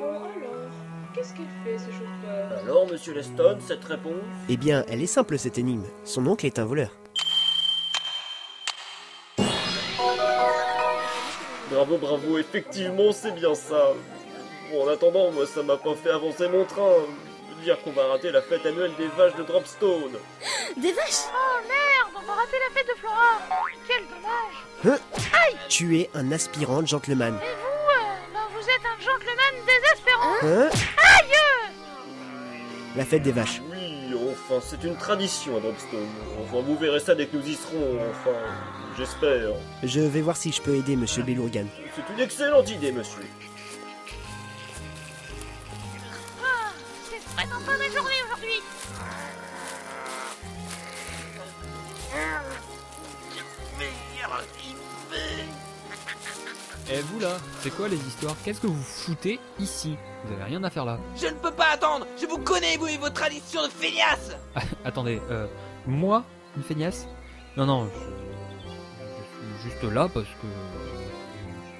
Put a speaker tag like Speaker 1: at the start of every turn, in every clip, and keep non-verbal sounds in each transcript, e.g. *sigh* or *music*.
Speaker 1: Oh, Qu'est-ce qu'elle fait, ce chauffeur
Speaker 2: Alors, monsieur Leston, cette réponse
Speaker 3: Eh bien, elle est simple cette énigme. Son oncle est un voleur.
Speaker 2: Bravo, bravo, effectivement, c'est bien ça. Bon, en attendant, moi, ça m'a pas fait avancer mon train. Dire qu'on va rater la fête annuelle des vaches de Dropstone.
Speaker 4: Des vaches
Speaker 5: Merde, on va rater la fête de Flora Quel dommage
Speaker 3: Hein Tu es un aspirant gentleman.
Speaker 5: Et vous, euh, ben vous êtes un gentleman
Speaker 3: Hein
Speaker 5: désespérant
Speaker 3: La fête des vaches.
Speaker 2: Oui, enfin, c'est une tradition à Dropstone. Enfin, vous verrez ça dès que nous y serons, enfin, j'espère.
Speaker 3: Je vais voir si je peux aider Monsieur Belourgan.
Speaker 2: C'est une excellente idée, monsieur.
Speaker 5: C'est vraiment pas ma journée aujourd'hui
Speaker 6: Eh vous là, c'est quoi les histoires Qu'est-ce que vous foutez ici Vous avez rien à faire là. *laughs*
Speaker 7: Je ne peux pas attendre Je vous connais, vous et vos traditions de feignasses
Speaker 6: Attendez, euh, moi Une feignasse Non, non, je, je suis juste là parce que.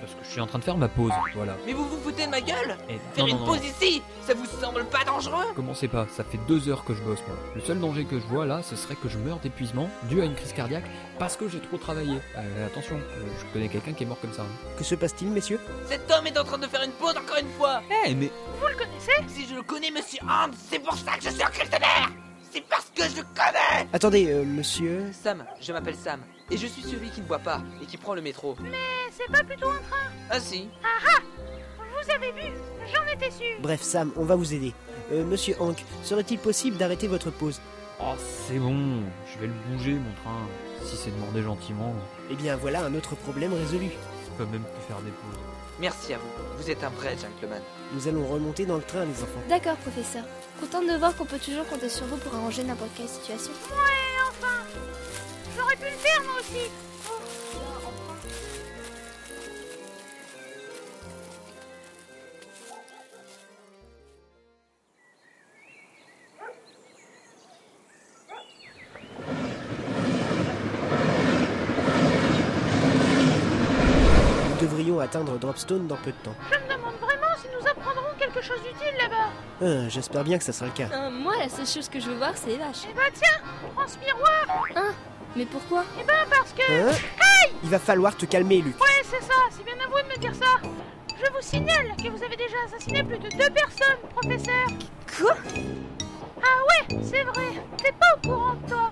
Speaker 6: Parce que je suis en train de faire ma pause, voilà.
Speaker 7: Mais vous vous foutez de ma gueule
Speaker 6: Et, non,
Speaker 7: Faire
Speaker 6: non,
Speaker 7: une
Speaker 6: non,
Speaker 7: pause ici Ça vous semble pas dangereux
Speaker 6: Commencez pas, ça fait deux heures que je bosse moi. Le seul danger que je vois là, ce serait que je meure d'épuisement dû à une crise cardiaque parce que j'ai trop travaillé. Euh, attention, euh, je connais quelqu'un qui est mort comme ça. hein.
Speaker 3: Que se passe-t-il, messieurs
Speaker 7: Cet homme est en train de faire une pause encore une *laughs* fois
Speaker 6: Eh mais
Speaker 5: Vous le connaissez
Speaker 7: Si je le connais, monsieur Hans, c'est pour ça que je suis un cultionnaire C'est parce que je le connais
Speaker 3: Attendez, euh, monsieur.
Speaker 7: Sam, je m'appelle Sam, et je suis celui qui ne boit pas et qui prend le métro.
Speaker 5: Mais c'est pas plutôt un train
Speaker 7: Ah si
Speaker 5: Vous avez vu J'en étais sûr
Speaker 3: Bref, Sam, on va vous aider. Euh, monsieur Hank, serait-il possible d'arrêter votre pause
Speaker 6: Oh, c'est bon, je vais le bouger mon train. Si c'est demandé gentiment,
Speaker 3: Eh bien, voilà un autre problème résolu.
Speaker 6: je peux même plus faire des pauses.
Speaker 7: Merci à vous, vous êtes un vrai gentleman.
Speaker 3: Nous allons remonter dans le train, les enfants.
Speaker 4: D'accord, professeur. Contente de voir qu'on peut toujours compter sur vous pour arranger n'importe quelle situation.
Speaker 5: J'aurais pu le faire, moi aussi
Speaker 3: Nous devrions atteindre Dropstone dans peu de temps.
Speaker 5: Je me demande vraiment si nous apprendrons quelque chose d'utile là-bas
Speaker 3: Euh, J'espère bien que ça sera le cas.
Speaker 4: Euh, moi, la seule chose que je veux voir, c'est les vaches.
Speaker 5: Eh bah tiens, prends ce miroir
Speaker 4: Mais pourquoi
Speaker 5: Eh ben parce que...
Speaker 3: Hein Il va falloir te calmer, Luc.
Speaker 5: Ouais, Eh, c'est ça, c'est bien à vous de me dire ça Je vous signale que vous avez déjà assassiné plus de deux personnes, professeur
Speaker 4: Quoi
Speaker 5: Ah ouais, c'est vrai, t'es pas au courant, toi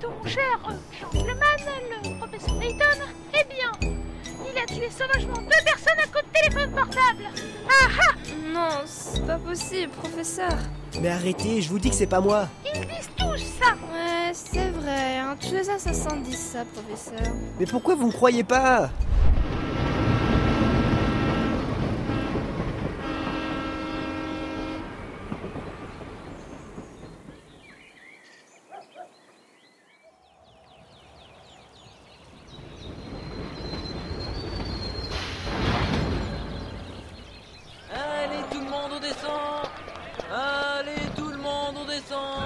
Speaker 5: Ton cher euh, gentleman, le professeur Dayton, eh bien, il a tué sauvagement deux personnes à coup de téléphone portable
Speaker 4: Non, c'est pas possible, professeur.
Speaker 3: Mais arrêtez, je vous dis que c'est pas moi.
Speaker 5: Ils disent tous ça
Speaker 4: Ouais, c'est vrai, hein. un tueuse assassin dit ça, professeur.
Speaker 3: Mais pourquoi vous me croyez pas
Speaker 7: Allez tout le monde, on descend Allez tout le monde, on descend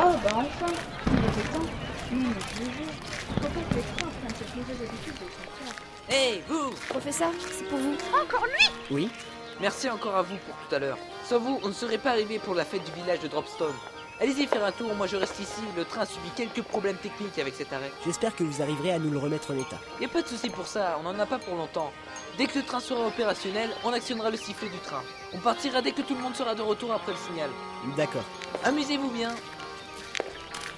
Speaker 8: Oh bah enfin Il était temps Mon Dieu Pourquoi tu es trop en train de te changer d'habitude de ton cœur
Speaker 7: Hé, vous
Speaker 4: Professeur, c'est pour vous.
Speaker 5: Encore lui
Speaker 3: Oui
Speaker 7: Merci encore à vous pour tout à l'heure. Sans vous, on ne serait pas arrivé pour la fête du village de Dropstone. Allez-y faire un tour, moi je reste ici. Le train subit quelques problèmes techniques avec cet arrêt.
Speaker 3: J'espère que vous arriverez à nous le remettre en état.
Speaker 7: Y a pas de souci pour ça, on n'en a pas pour longtemps. Dès que le train sera opérationnel, on actionnera le sifflet du train. On partira dès que tout le monde sera de retour après le signal.
Speaker 3: D'accord.
Speaker 7: Amusez-vous bien.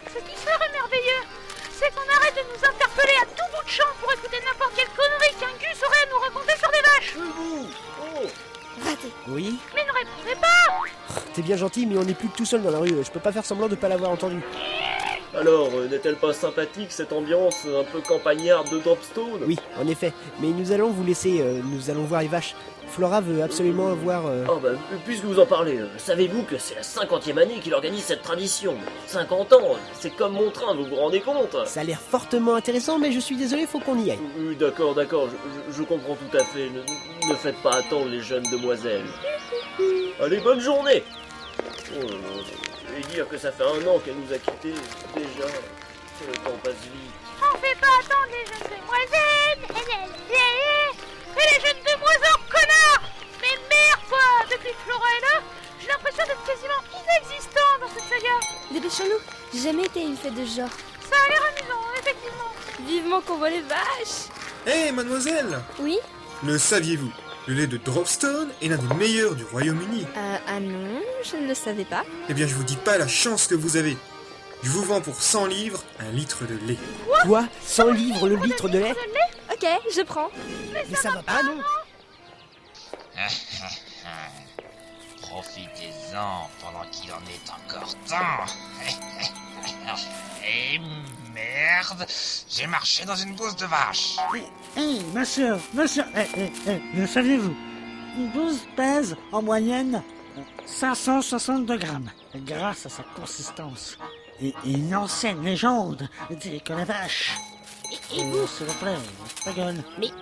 Speaker 5: Ce qui serait merveilleux, c'est qu'on arrête de nous interpeller à tout bout de champ pour écouter n'importe quelle connerie qu'un gus aurait à nous raconter sur des vaches
Speaker 4: Raté.
Speaker 3: Oui
Speaker 5: Mais ne répondez pas
Speaker 3: T'es bien gentil, mais on n'est plus que tout seul dans la rue. Je peux pas faire semblant de pas l'avoir entendu.
Speaker 2: Alors, euh, n'est-elle pas sympathique cette ambiance euh, un peu campagnarde de Dropstone
Speaker 3: Oui, en effet. Mais nous allons vous laisser. euh, nous allons voir les vaches. Flora veut absolument voir. euh,
Speaker 2: Oh bah, puisque vous en parlez, euh, savez-vous que c'est la cinquantième année qu'il organise cette tradition 50 ans, euh, c'est comme mon train, vous vous rendez compte
Speaker 3: Ça a l'air fortement intéressant, mais je suis désolé, faut qu'on y aille.
Speaker 2: Oui, d'accord, d'accord, je, je- je comprends tout à fait. Ne, ne faites pas attendre les jeunes demoiselles. Allez, bonne journée Oh là là, Et dire que ça fait un an qu'elle nous a quittés, déjà, le temps passe vite.
Speaker 5: On fait pas attendre les jeunes demoiselles et les E, vieilles et les jeunes demoiselles connards Mais merde quoi Depuis que Flora est là,
Speaker 4: Dépêchons-nous. J'ai jamais été à une fête de ce genre.
Speaker 5: Ça a l'air amusant, effectivement.
Speaker 4: Vivement qu'on voit les vaches.
Speaker 1: Hé, mademoiselle
Speaker 4: Oui
Speaker 1: Le saviez-vous Le lait de Dropstone est l'un des meilleurs du Royaume-Uni.
Speaker 4: Euh, ah non, je ne le savais pas.
Speaker 1: Eh bien, je vous dis pas la chance que vous avez. Je vous vends pour 100 livres un litre de lait.
Speaker 3: Quoi 100 livres le litre de lait
Speaker 4: Ok, je prends.
Speaker 3: Mais ça va pas, non
Speaker 9: Profitez-en pendant qu'il en est encore temps. *laughs* Et merde, j'ai marché dans une bouse de vache.
Speaker 10: Hé, ma soeur, ma soeur, hé, hé, hé, le saviez-vous Une bouse pèse en moyenne 562 grammes, grâce à sa consistance. Et, et une ancienne légende dit que la vache... Et vous, s'il vous plaît, ta gueule. Et,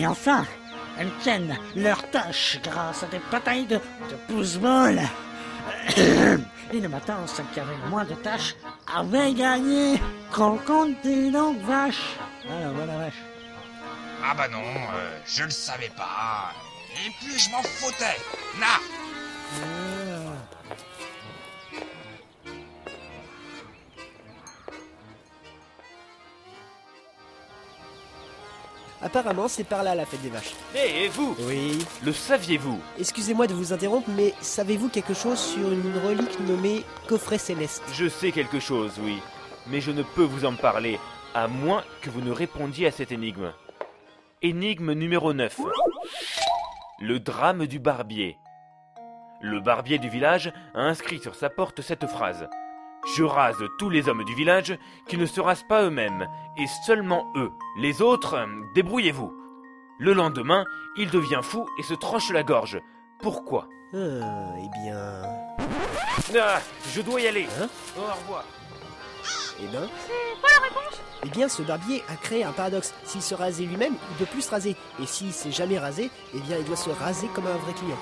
Speaker 10: et enfin, elles tiennent leur tâche grâce à des batailles de, de pouce molles. Et le matin, celle qui avait le moins de tâches avait gagné. Qu'on compte des longues vaches. Alors, voilà, vache.
Speaker 9: Ah bah non, euh, je le savais pas. Et plus je m'en foutais. Na,
Speaker 10: Euh.
Speaker 3: Apparemment, c'est par là la fête des vaches.
Speaker 11: Hé, Eh, et vous
Speaker 3: Oui.
Speaker 11: Le saviez-vous
Speaker 3: Excusez-moi de vous interrompre, mais savez-vous quelque chose sur une relique nommée coffret céleste
Speaker 11: Je sais quelque chose, oui. Mais je ne peux vous en parler, à moins que vous ne répondiez à cette énigme. Énigme numéro 9. Le drame du barbier. Le barbier du village a inscrit sur sa porte cette phrase. Je rase tous les hommes du village qui ne se rasent pas eux-mêmes, et seulement eux. Les autres, euh, débrouillez-vous. Le lendemain, il devient fou et se tranche la gorge. Pourquoi
Speaker 3: Euh, eh bien...
Speaker 11: Ah, Je dois y aller. Oh,
Speaker 3: Hein
Speaker 11: Au revoir.
Speaker 3: Eh ben...
Speaker 5: C'est quoi la réponse
Speaker 3: Eh bien, ce barbier a créé un paradoxe. S'il se rasait lui-même, il peut plus se raser. Et s'il s'est jamais rasé, eh bien, il doit se raser comme un vrai client.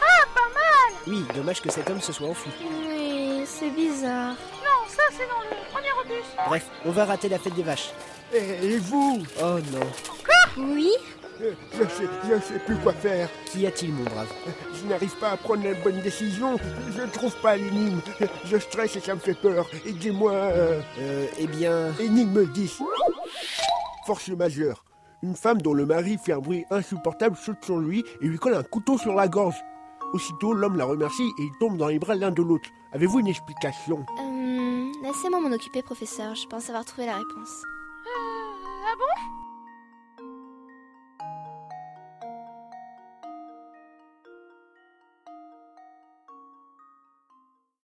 Speaker 3: Ah, pas mal Oui, dommage que cet homme se soit enfui.
Speaker 4: Oui, c'est bizarre.
Speaker 5: Non, ça c'est dans le premier opus.
Speaker 3: Bref, on va rater la fête des vaches.
Speaker 12: Et vous
Speaker 3: Oh non.
Speaker 4: Oui
Speaker 12: Euh, Je sais, je sais plus quoi faire.
Speaker 3: Qu'y a-t-il, mon brave
Speaker 12: Je n'arrive pas à prendre la bonne décision. Je ne trouve pas l'énigme. Je stresse et ça me fait peur. Aidez-moi. euh,
Speaker 3: Euh, eh bien...
Speaker 12: énigme 10. Force majeure. Une femme dont le mari fait un bruit insupportable saute sur lui et lui colle un couteau sur la gorge. Aussitôt, l'homme la remercie et ils tombent dans les bras l'un de l'autre. Avez-vous une explication
Speaker 4: Euh, Laissez-moi m'en occuper, professeur. Je pense avoir trouvé la réponse.
Speaker 5: Euh, ah bon